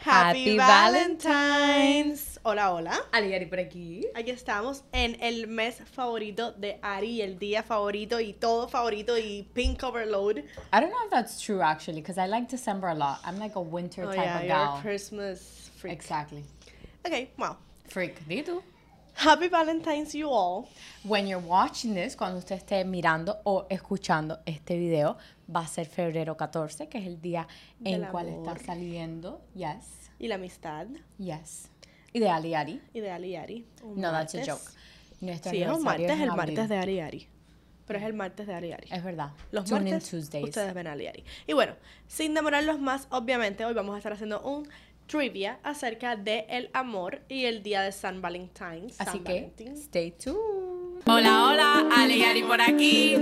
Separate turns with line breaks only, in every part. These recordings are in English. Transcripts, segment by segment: Happy,
Happy
Valentine's. Hola, hola.
Aliari por aquí.
Aquí estamos en el mes favorito de Ari, el día favorito y todo favorito y pink overload.
I don't know if that's true actually, because I like December a lot. I'm like a winter
Oh,
type
yeah,
of
you're
gal.
a Christmas freak.
Exactly.
Okay, wow.
Freak. ¿Y tú?
Happy Valentine's, you all.
When you're watching this, cuando usted esté mirando o escuchando este video, va a ser febrero 14, que es el día en
Del
cual
amor.
está saliendo. Yes.
Y la amistad.
Yes. Y de Ali Ari.
Y de Ari y Ari. Un
No, that's a
martes.
joke. Nuestro
Sí, es un
aniversario
martes, el
en
martes
abril.
de Ari y Ari. Pero es el martes de Ari y Ari.
Es verdad.
Los
Tune in
martes
Tuesdays.
ustedes ven a Liari. Y bueno, sin demorarlos más, obviamente, hoy vamos a estar haciendo un trivia acerca de el amor y el día de San Valentín. San
Así que,
Valentín.
stay tuned.
Hola, hola, Ale y Ari por aquí.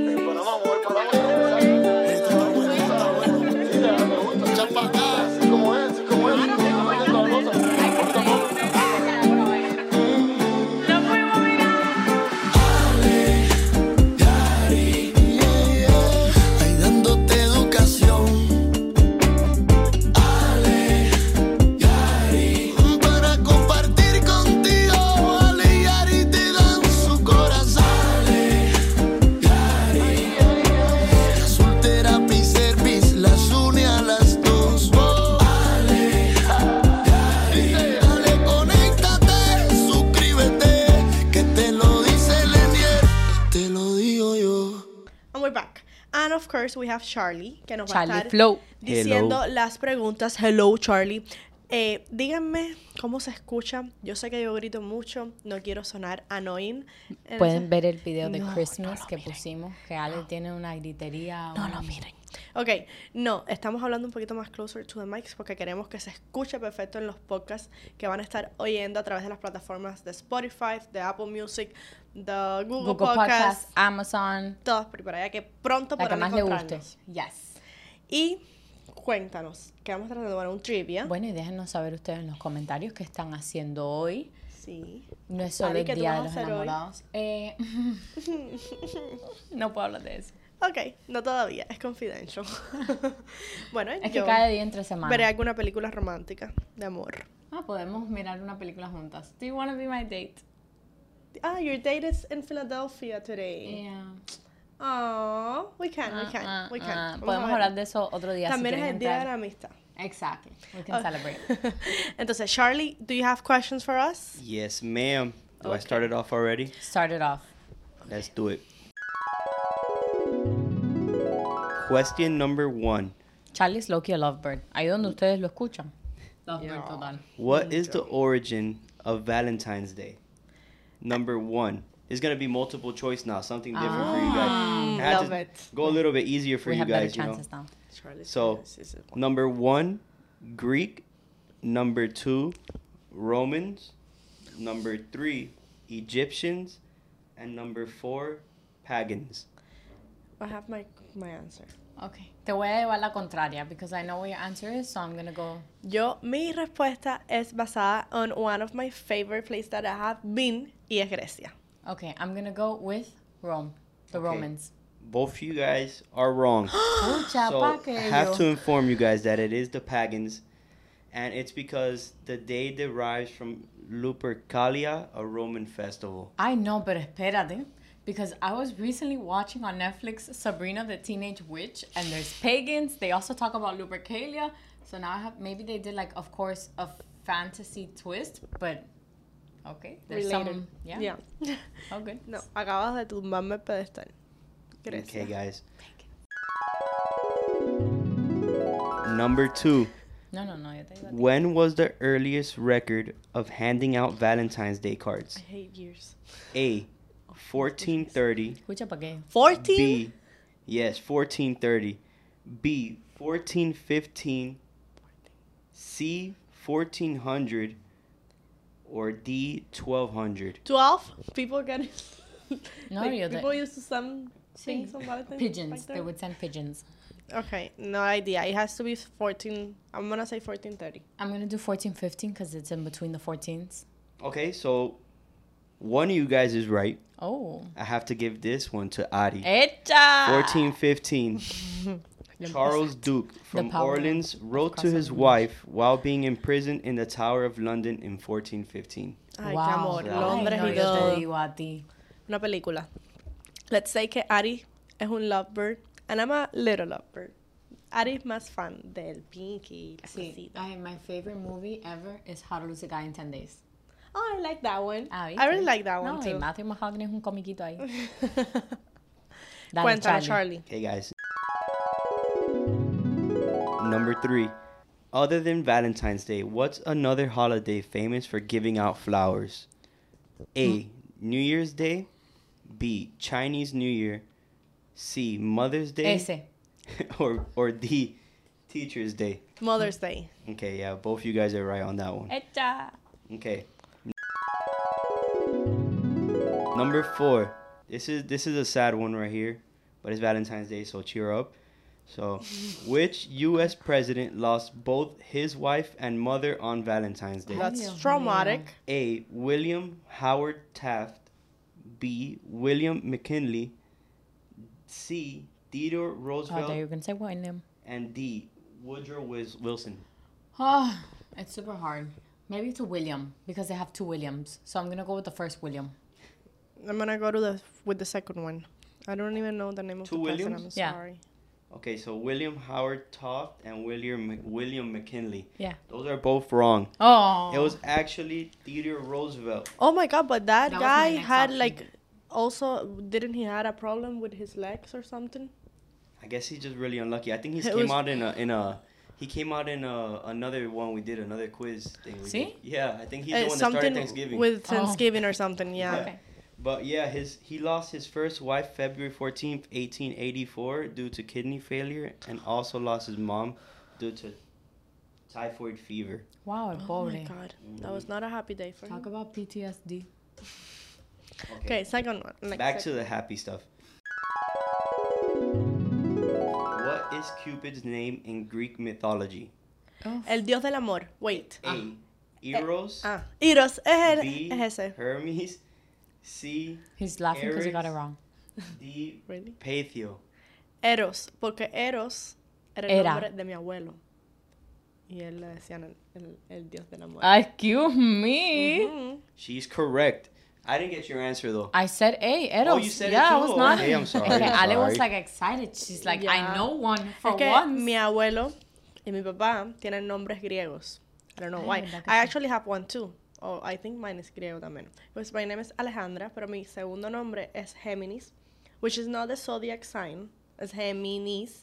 Ay, dándote educación. Ale, Yari. Para compartir contigo, Ale, Yari te dan su corazón. Ale, Yari. Azul Therapy Service las une a las dos. Oh, Ale, Yari. Ale, conéctate, suscríbete, que te lo dice Lenier, te lo digo yo.
And we're back. And of course, we have Charlie, que nos va a
Charlie
estar
Flow.
diciendo las preguntas. Hello, Charlie. Eh, díganme cómo se escucha. Yo sé que yo grito mucho, no quiero sonar annoying. Entonces-
Pueden ver el video de
No, no
Christmas
lo
que
miren.
pusimos, que Ale tiene una gritería.
No
un-
lo miren. Ok, no, estamos hablando un poquito más closer to the mics porque queremos que se escuche perfecto en los podcasts que van a estar oyendo a través de las plataformas de Spotify, de Apple Music, de Google,
Google
Podcasts,
Podcast, Amazon,
todas por ahí para allá que pronto
la que
podrán
más le guste.
encontrarnos.
Yes.
Y cuéntanos, que vamos a tratar de bueno, un trivia.
Bueno, y déjenos saber ustedes en los comentarios qué están haciendo hoy.
Sí.
No es solo
Ari,
el
¿qué tú
día
vas a
de los
hacer hoy?
enamorados. Eh, no puedo hablar de eso.
Ok, no todavía, es confidential. bueno,
Es que
yo
cada día entre semana.
veré alguna película romántica de amor.
Ah, podemos mirar una película juntas. Do you want to be my date?
Ah, your date is in Philadelphia today.
Yeah.
Oh, we can, we
Eh, Ah,
can,
ah,
we
ah.
can. Vamos
Podemos
a ver.
hablar de eso otro día. si
También es
quieren
el día de la
entrar.
amistad.
Exactly. We can celebrate.
Entonces, Charlie, do you have questions for us?
Yes, ma'am. Do I
Okay.
start it off already?
Start it off.
Let's do it. Question number one.
Charlie's Loki a Lovebird. Ahí donde ustedes lo escuchan. Lovebird
Yeah.
total.
What is the origin of Valentine's Day? Number one. It's gonna be multiple choice now, something different for you guys. I had
love
to
it.
Go a little bit easier
Ah,
for
We
you
have better
guys, you know.
chances now.
Charlie,
So, number one, Greek. Number two, Romans. Number three, Egyptians. And number four, pagans.
I have my my answer.
Okay. Te voy a llevar la contraria because I know what your answer is, so I'm gonna go.
Yo, mi respuesta es basada on one of my favorite places that I have been y es Grecia.
Okay, I'm gonna go with Rome, the
Okay.
Romans.
Both you guys are wrong.
Pucha,
so
pa' que
I have
yo.
to inform you guys that it is the pagans, and it's because the day derives from Lupercalia, a Roman festival.
I know, pero espérate. Because I was recently watching on Netflix Sabrina the Teenage Witch, and there's pagans. They also talk about Lupercalia. So now I have maybe they did like, of course, a fantasy twist, but okay, there's some, yeah,
Yeah.
oh good.
No, acabas de tumbarme el pedestal. Grecia.
Okay, guys. Number two.
no, no, no. Yo te digo a ti.
When was the earliest record of handing out Valentine's Day cards?
I hate years.
A. 1430.
Escucha pa' qué.
14?
B. Yes, 1430. B. 1415. C. 1400. Or D. 1200.
12 people getting
No,
like,
you're the-
people used to send things on Valentine's
Pigeons.
back
They
then.
would send pigeons.
Okay, no idea. It has to be 14. I'm gonna say 1430.
I'm gonna do 14, 15 because it's in between the 14s.
Okay, so one of you guys is right.
Oh.
Ah.
I have to give this one to Adi.
Echa!
1415. Charles Duke from
power
Orleans wrote to
crossing
his
the
wife while being imprisoned in the Tower of London in 1415.
Ay, qué
Wow.
amor.
Wow.
Londres
Ay,
y
no, yo
todo.
te digo a ti.
Una película. Let's say que Ari es un lovebird and I'm a little lovebird. Ari es más fan del Pinky, la
Sí,
cosita.
ay, my favorite movie ever is How to Lose a Guy in 10 Days.
Oh, I like that one.
Ah, ¿viste?
I really like that one
No, y
too.
Matthew Mahogany es un comiquito ahí. Dale,
Cuéntame,
Charlie.
Charlie.
Okay, guys. Number three. Other than Valentine's Day, what's another holiday famous for giving out flowers? A. New Year's Day. B. Chinese New Year. C. Mother's Day.
Ese.
or or D. Teacher's Day.
Mother's Day.
Okay, yeah, both you guys are right on that one.
Echa.
Okay. Number four. This is this is a sad one right here, but it's Valentine's Day, so cheer up. So, which U.S. president lost both his wife and mother on Valentine's Day?
That's
Dios
traumatic.
mío.
A. William Howard Taft. B. William McKinley. C. Theodore
Oh,
Roosevelt.
there you can say William.
and D. Woodrow Wis- Wilson.
Oh, it's super hard. Maybe it's a William because they have two Williams. So I'm gonna go with the first William.
I'm gonna go to the with the second one. I don't even know the name of
Two
the person. I'm
Williams?
Yeah.
sorry.
Okay, so William Howard Taft and William William McKinley.
Yeah.
Those are both wrong.
Oh.
It was actually Theodore Roosevelt.
Oh my god, but that,
That was my
guy
next
had
option.
like also didn't he had a problem with his legs or something?
I guess he's just really unlucky. I think he
It
came
was-
out in a in a he came out in a another one we did another quiz thing. We
See?
did. Yeah, I think he's
Uh,
the one that started
something
Thanksgiving.
with
Oh.
Thanksgiving or something, yeah.
Okay.
But yeah, his he lost his first wife February fourteenth, eighteen eighty four, due to kidney failure, and also lost his mom due to typhoid fever.
Wow, el
Oh my
pobre.
god. That was not a happy day for
Talk
him.
about PTSD.
Okay, second one. Next,
Back to
second.
the happy stuff. What is Cupid's name in Greek mythology?
Oh.
El dios del amor. Wait.
A. Eros.
Ah, Eros es, el,
B.
es ese.
Hermes. C.
He's laughing because he got it
Eric's-
wrong.
D.
Really?
Patheo.
Eros, porque Eros era el
Era.
nombre de mi abuelo. Y él le decían el, el- el dios del
Ah,
amor.
Excuse me.
Mm.
She's correct. I didn't get your answer though.
Mm-hmm. I said A. Eros.
Oh, you said it
yeah, I
too.
was not.
Okay, I'm sorry,
Okay,
I'm
Ale was
sorry.
like excited. She's like,
Yeah.
I know one for
Es que
once.
mi abuelo y mi papá tienen nombres griegos. I don't know
Ah,
why.
¿verdad que
I
sí?
actually have one too. Oh, I think mine is griego también. Pues my name is Alejandra, pero mi segundo nombre es Géminis, which is not the zodiac sign. Es Géminis,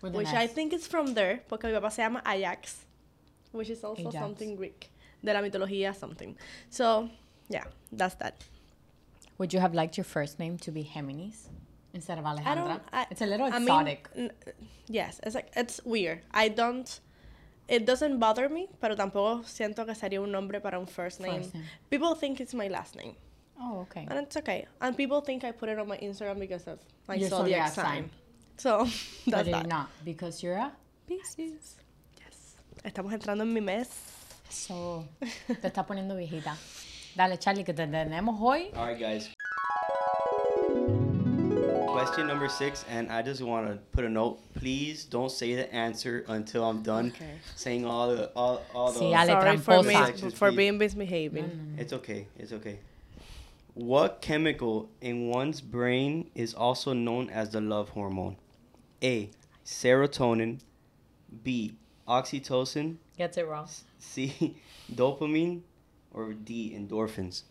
With an
which I
S.
think is from there, porque mi papá se llama Ajax, which is also
Ajax.
something Greek, de la mitología something. So, yeah, that's that.
Would you have liked your first name to be Géminis instead of Alejandra?
I don't. I,
it's a little
I mean,
exotic.
n- yes, it's like it's weird. I don't. It doesn't bother me, pero tampoco siento que sería un nombre para un first name.
First name.
People think it's my last name,
oh, okay.
and it's okay. And people think I put it on my Instagram because of my
Your
zodiac,
zodiac
sign.
sign.
So
But
that's
you're
that.
not because you're a Pisces.
Estamos entrando en mi mes.
So, te está poniendo viejita. Dale, Charlie, que te tenemos hoy.
All right, guys. Question number six, and I just want to put a note. Please don't say the answer until I'm done
Okay.
saying all the all all the.
Sí, Ale,
Sorry for,
tramposa.
me,
Sections,
for
please.
being misbehaving.
It's okay. It's okay. What chemical in one's brain is also known as the love hormone? A. Serotonin. B. Oxytocin.
Gets it wrong.
C. Dopamine. Or D. Endorphins.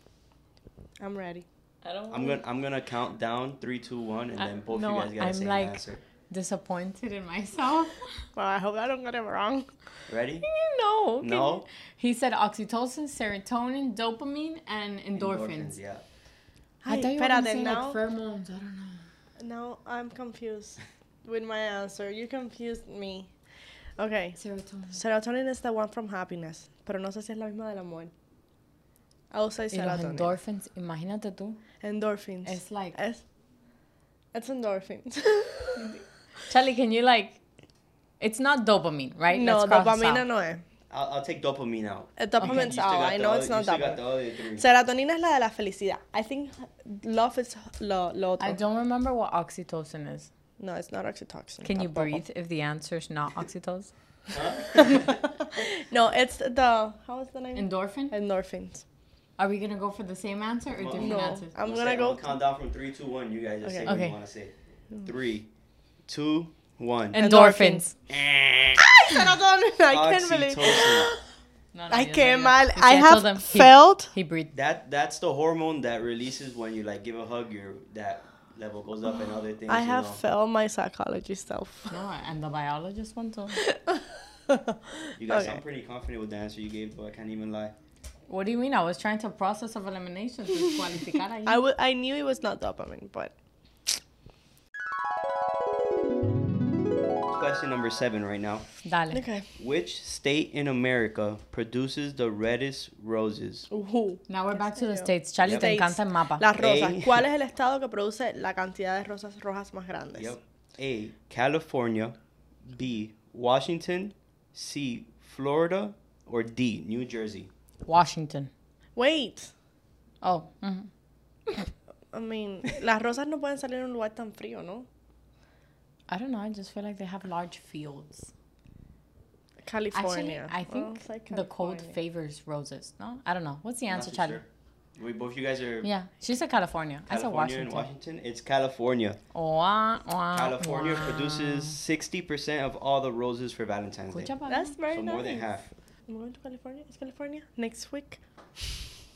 I'm ready.
I don't.
I'm gonna I'm gonna count down three, two, one,
Uh,
and
I-
then both
no,
you guys gotta
I'm
say
like-
an answer.
Disappointed in myself.
Well, I hope I don't get it wrong.
Ready?
no. can
No?
you- He said oxytocin, serotonin, dopamine, and endorphins.
Yeah.
I
Ay,
thought you were
espérate,
gonna say
now-
like pheromones. I don't know.
Now I'm confused with my answer. You confused me. Okay.
Serotonin.
Serotonin is the one from happiness, pero no sé si es la misma del amor. I will say
Y los
serotonin.
endorphins, imagínate tú.
endorphins.
It's like-
Es, it's endorphins.
Charlie, can you like? It's not dopamine, right?
no,
Let's cross this
dopamina
out.
no es.
I'll, I'll take dopamine out.
Eh,
You
Dopamine's
still
out.
got
I
the
know
other-
it's
you
not
still got the
dopamine.
other three.
Serotonina es la de la felicidad. I think love is lo, lo otro.
I don't remember what oxytocin is.
No, it's not oxytocin.
Can you
tampoco.
breathe if the answer is not oxytocin?
No, it's the how is the name?
Endorphin?
Endorphins.
Are we gonna go for the same answer or different
No,
answers?
I'm
One
gonna
second, I'll
go.
count down from three, two, one. You guys just
Okay. Mm.
say what
Okay.
you want to say. Three, two, one. Eh.
Endorphins.
I can't believe.
Oxytocin.
No, no,
I
yes,
came
yes.
mal.
You see,
I
told
have
them he-
failed.
He breathed.
That that's the hormone that releases when you like give a hug. Your that level goes up and other things.
I
you
have
know.
failed my psychology self.
No, and the biologist one too.
You guys,
Okay.
I'm pretty confident with the answer you gave, though. I can't even lie.
What do you mean? I was trying to process of elimination to qualificar ahí.
I wa- I knew it was not dopamine, but
Question number seven right now.
Dale.
okay.
Which state in America produces the reddest roses?
Ujú.
Now we're back to the states. Charlie, te
States.
encanta el mapa.
Las rosas.
Ey.
¿Cuál es el estado que produce la cantidad de rosas rojas más grandes?
Yep. A. California. B. Washington. C. Florida. Or D. New Jersey.
Washington.
Wait.
Oh. mhm.
I mean, las rosas no pueden salir en un lugar tan frío, ¿no?
I don't know. I just feel like they have large fields.
California.
Actually, I
Well,
think
it's like
the cold
California.
favors roses. No, I don't know. What's the
Not
answer,
too
Charlie?
sure. We both you guys are
Yeah, she said California. I said
California and
Washington. Ah,
Washington. It's California.
Wah, wah,
California
wah.
produces 60% of all the roses for Valentine's Day.
Escucha,
So
pa-
That's very nice.
more than half.
I'm going to California. Is California next week?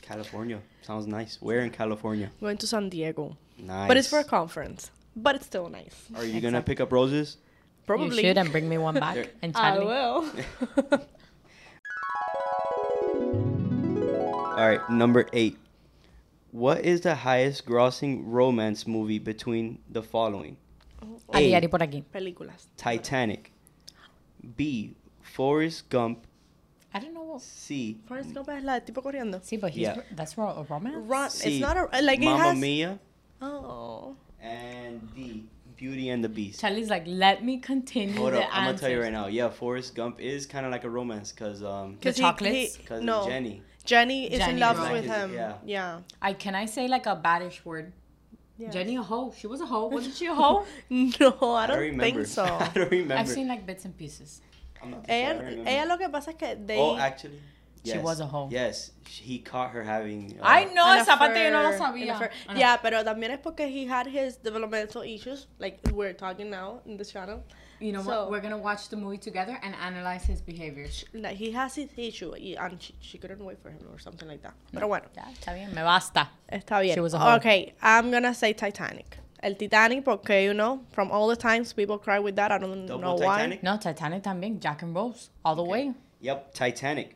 California. Sounds nice. Where in California?
I'm going to San Diego,
Nice.
but it's for a conference. But it's still nice.
Are you going to pick up roses?
You
Probably.
should and bring me one back.
There-
and
I
Charlie.
will.
All right, number 8. What is the highest grossing romance movie between the following?
Ali,
A.
Ali por aquí.
Oh, Películas.
Titanic. B. Forrest Gump.
I don't know what.
C.
Forrest Gump es la de tipo corriendo.
See, but he's,
Yeah.
that's ro- a romance.
Ron,
C.
it's not a uh, like it
Mamma
has.
Mia.
Oh.
And D. Beauty and the Beast.
Charlie's like, let me continue
Hold
the
up, I'm gonna tell you
answers."
right now. Yeah, Forrest Gump is kind of like a romance, cause um,
'Cause he-
chocolates?
he-
cause
no. Jenny.
Jenny.
is in
Jenny
love
Rose.
with
Like his-
him.
yeah.
Yeah.
I can I say like a baddish word?
Yes.
Jenny a hoe. She was a hoe. Wasn't she a hoe?
No, I
I
don't
don't remember.
think so.
I don't remember.
I've seen like bits and pieces.
I'm not too sure, I
ella,
don't remember.
ella lo que pasa es que they.
oh, actually,
She
yes.
was a hoe.
Yes, sh- he caught her having. Uh,
I know
an
esa parte yo no la
affair- an
sabía.
affair.
I know.
Yeah, pero también es porque he had his developmental issues, like we're talking now in this channel.
You know
So-
what? We're gonna watch the movie together and analyze his behavior.
Like he has his issue, y- and she, she couldn't wait for him or something like that. Pero bueno,
Ya, está bien. Me basta.
está bien.
She was a hoe.
Okay, I'm gonna say Titanic. El Titanic, porque you know, from all the times people cry with that, I don't
Double
know
Titanic.
No, Titanic también. Jack and Rose, all the way.
Yep, Titanic.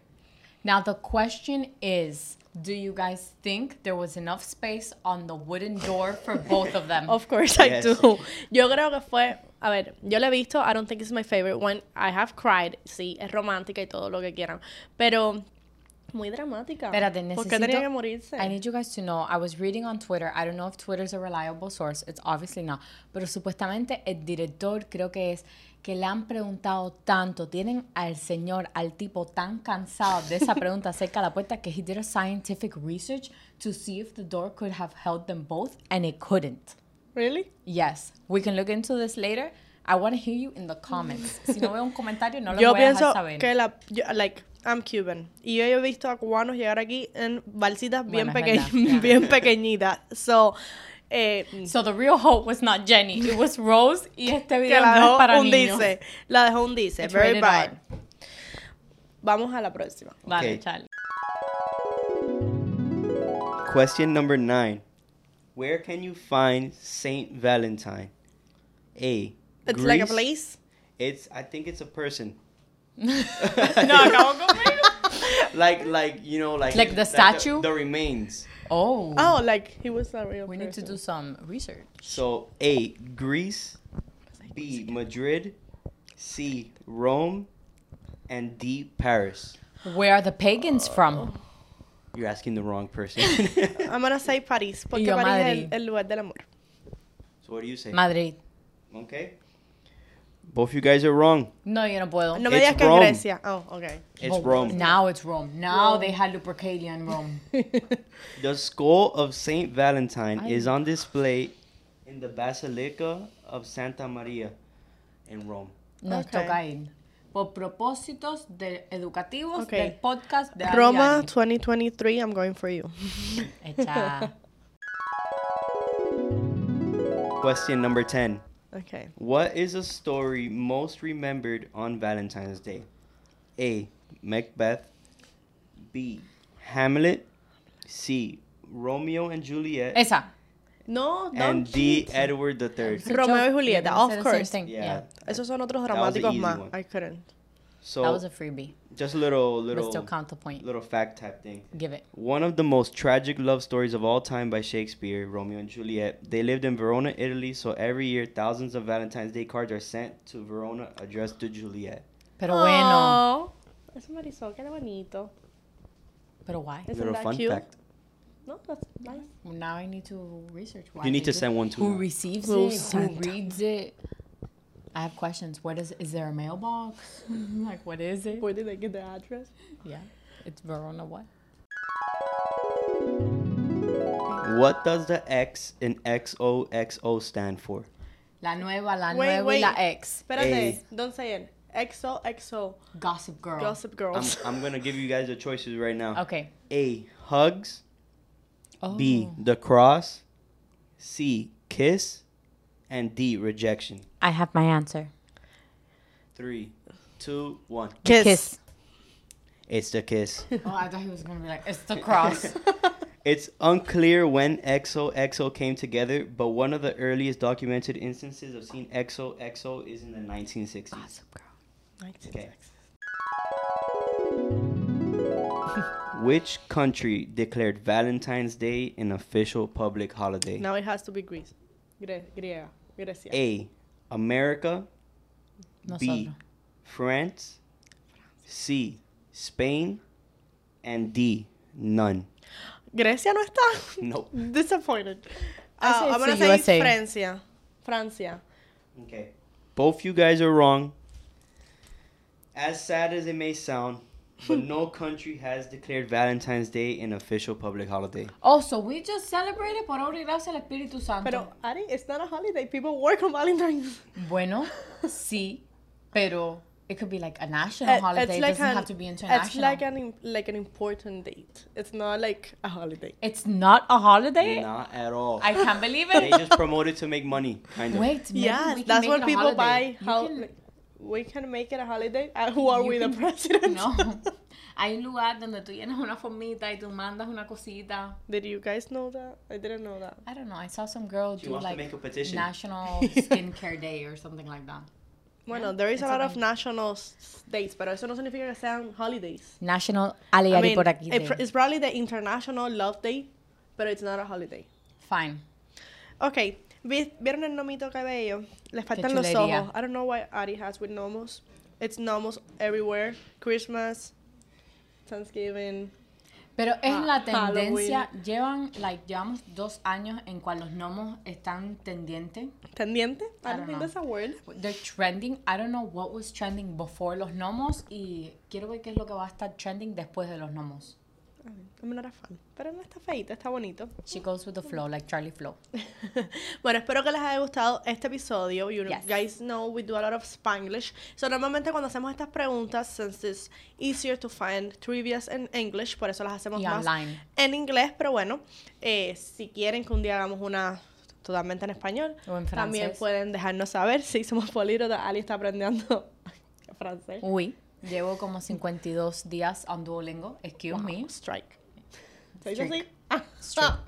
Now the question is, do you guys think there was enough space on the wooden door for both of them?
why. Of course I
Yes.
do. Yo creo que fue, a ver, yo la he visto. I don't think it's my favorite one. I have cried. Sí, es romántica y todo lo que quieran, pero muy dramática.
Espérate,
¿Por qué tenía
necesito-
que morirse?
I need you guys to know, I was reading on Twitter, I don't know if Twitter's a reliable source, it's obviously not, pero supuestamente el director creo que es que le han preguntado tanto, tienen al señor, al tipo tan cansado de esa pregunta acerca de la puerta que he did a scientific research to see if the door could have held them both and it couldn't.
Really?
Yes, we can look into this later. I want to hear you in the comments. Si no veo un comentario, no lo
Yo
voy a
pienso
dejar saber.
que la. yo- like, I'm Cuban. Y yo he visto a cubanos llegar aquí en balsitas bien,
Bueno, es
peque-
verdad, yeah.
bien pequeñitas. So, eh,
So the real hope was not Jenny, it was Rose y este
que
video
la
no es para
dejó un
niños.
dice. La dejó un dice.
It's
Very
rated
bad.
R.
Vamos a la próxima.
Vale,
Okay.
Charlie.
Question number nine. Where can you find Saint Valentine? A.
It's like a
Greece.
place.
It's. I think it's a person.
No, acabo conmigo.
Like, like you know, like
Like the statue?
the remains.
Oh,
Oh, like he was a real
we need to do some research.
So A. Greece. B. Madrid. C. Rome. And D. Paris.
Where are the
Uh,
pagans from?
You're asking the wrong person. so
I'm gonna say París. Porque
yo,
París es el,
Madrid.
el lugar del amor.
what do you say?
Madrid.
Okay. Both you guys are wrong.
No, yo no puedo.
No me
It's
digas que es
Rome.
Grecia. Oh, okay.
It's
Oh,
Rome.
Now it's Rome. Now
Rome.
they had Lupercalia in Rome.
The skull of Saint Valentine
I-
is on display in the Basilica of Santa Maria in Rome.
Nos
Ok.
toca ir. Por propósitos de- educativos
Ok.
del podcast de Ali
Roma
Ali.
2023, I'm going for you.
Echa.
Question number 10.
Okay.
What is a story most remembered on Valentine's Day? A. Macbeth. B. Hamlet. C. Romeo and Juliet.
Esa.
No,
and
don't
D.
cheat.
Edward the Third.
It's a
Romeo
joke.
y Julieta,
You're gonna
of
say the
course.
Same thing. Yeah.
Yeah.
Esos son otros
was the
dramáticos
easy
más.
one.
I couldn't.
That
So
was a freebie.
just a little
But
little
still count the point.
little fact type thing.
Give it.
One of the most tragic love stories of all time by Shakespeare, Romeo and Juliet. They lived in Verona, Italy, so every year thousands of Valentine's Day cards are sent to Verona addressed to Juliet.
Pero bueno.
Aw. Ese marisol, qué bonito.
Pero why?
Isn't
little
that
fun
cute?
fact.
No, that's nice.
Now I need to research why.
You need
they
to
do-
send one to
Who
her.
receives
Who
it? Who
sent
reads it? I have questions. What is? Is there a mailbox? like, what is it?
Where did they get the address?
Yeah. It's Verona. What?
What does the X in XOXO stand for?
La nueva, la
Wait,
nueva, y la
wait.
ex.
Espérate, don't say it. EXO, EXO,
Gossip Girl.
Gossip
I'm,
Girls.
I'm gonna give you guys the choices right now.
Okay.
A. Hugs.
Oh.
B. The cross. C. Kiss. And D. Rejection.
I have my answer.
Three, two, one.
kiss.
Kiss.
It's the kiss.
Oh, I thought he was gonna be like, it's the cross.
It's unclear when XOXO came together, but one of the earliest documented instances of seeing XOXO is in the 1960s.
Gossip Girl.
Okay. Which country declared Valentine's Day an official public holiday?
Now it has to be Greece. Gre- Griega. Grecia.
A. America. B.
Nosotros.
France. C. Spain. And D. None.
Grecia no está.
Nope.
Disappointed.
I say
Uh, I'm
it's
gonna
the
say
USA.
Francia. Francia.
Okay. Both you guys are wrong. As sad as it may sound, but no country has declared Valentine's Day an official public holiday.
Oh, so we just celebrated por obra y gracia el Espíritu Santo.
Pero Ari, it's not a holiday. People work on Valentine's.
bueno, sí, pero it could be like a national
It-
holiday. It doesn't
an-
have to be international.
It's like an im- like an important date. It's not like a holiday.
It's not a holiday.
Not at all.
I can't believe
they
it.
just promote it to make money, kind of.
Wait, maybe
yes,
we can
that's
make it
what
a
people
holiday.
buy.
You
How
can-
we can make it a holiday? Uh, who are
You
we, the
can-
president?
No. Hay un lugar donde tú llenas una formita y tú mandas una cosita.
Did you guys know that? I didn't know that.
I don't know. I saw some girl
She
do
wants to
like
make a petition.
National Skincare Day or something like that.
Bueno, there is a
it's
lot
okay.
of national s- dates, pero eso no significa que sean holidays.
National Ali
I
Ali
mean,
por aquí.
it
Day.
pr- it's probably the International Love Day, but it's not a holiday.
Fine.
Ok, ¿vi- ¿vieron el nomito cabello? Les faltan los
chulería.
ojos. I don't know why Ari has with nomos. It's nomos everywhere. Christmas, Thanksgiving.
Pero es
Ah,
la tendencia, llevan, like, llevamos dos años en cual los gnomos están tendientes.
¿Tendiente? I
I
don't,
don't
think
know.
that's a word.
They're trending. I don't know what was trending before los gnomos y quiero ver qué es lo que va a estar trending después de los gnomos.
I'm not a fan. Pero no está feita, está bonito.
She goes with the flow, like Charlie Flow.
Bueno, espero que les haya gustado este episodio. You
Yes.
guys know we do a lot of Spanglish. So, normalmente cuando hacemos estas preguntas, since it's easier to find trivias in English, por eso las hacemos
Y
más
online.
en inglés. Pero bueno, eh, si quieren que un día hagamos una totalmente en español,
O en
también
francés.
pueden dejarnos saber si somos políglotas. Ali está aprendiendo francés.
Uy. Llevo como 52 días on Duolingo. Excuse me.
Strike. ¿Se dice
Strike.
así? Ah,
Strike.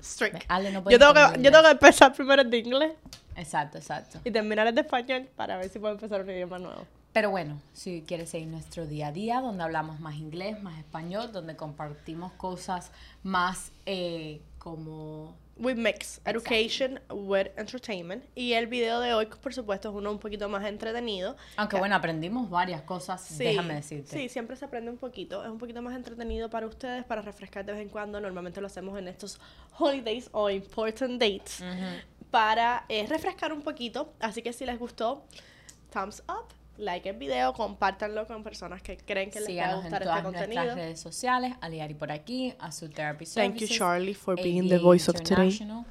strike.
Ale no puede
yo, tengo
con
que,
el
yo tengo que empezar primero en inglés.
Exacto, exacto.
y terminar el de español para ver si puedo empezar un idioma nuevo.
Pero bueno, si quieres seguir nuestro día a día, donde hablamos más inglés, más español, donde compartimos cosas más eh, como...
We mix education with entertainment. Y el video de hoy, por supuesto, es uno un poquito más entretenido.
Aunque bueno, aprendimos varias cosas,
Sí,
déjame decirte.
Sí, siempre se aprende un poquito. Es un poquito más entretenido para ustedes, para refrescar de vez en cuando. Normalmente lo hacemos en estos holidays o important dates. Para eh, refrescar un poquito. Así que si les gustó, thumbs up, like el video, compártanlo con personas que creen que les va a
Síganos en
gustar
todas
este
nuestras
contenido.
redes sociales, Aliari por aquí, a su therapy
Thank you,
Services,
Charlie, for being
ABA
the voice of today.
International,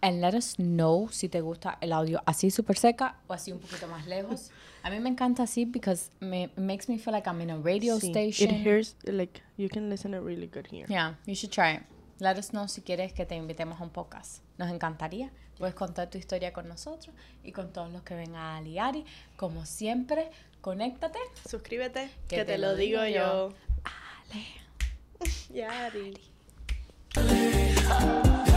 and let us know si te gusta el audio así super seca o así un poquito más lejos. A mí me encanta así because me, it makes me feel like I'm in a radio
Sí,
station.
It hears, like, you can listen it really good here.
Yeah, you should try it. Let us know si quieres que te invitemos a un podcast. Nos encantaría. Puedes contar tu historia con nosotros y con todos los que ven a Aliari. Como siempre, conéctate.
Suscríbete, que, te, lo digo yo. Ale. Yari.
Dale,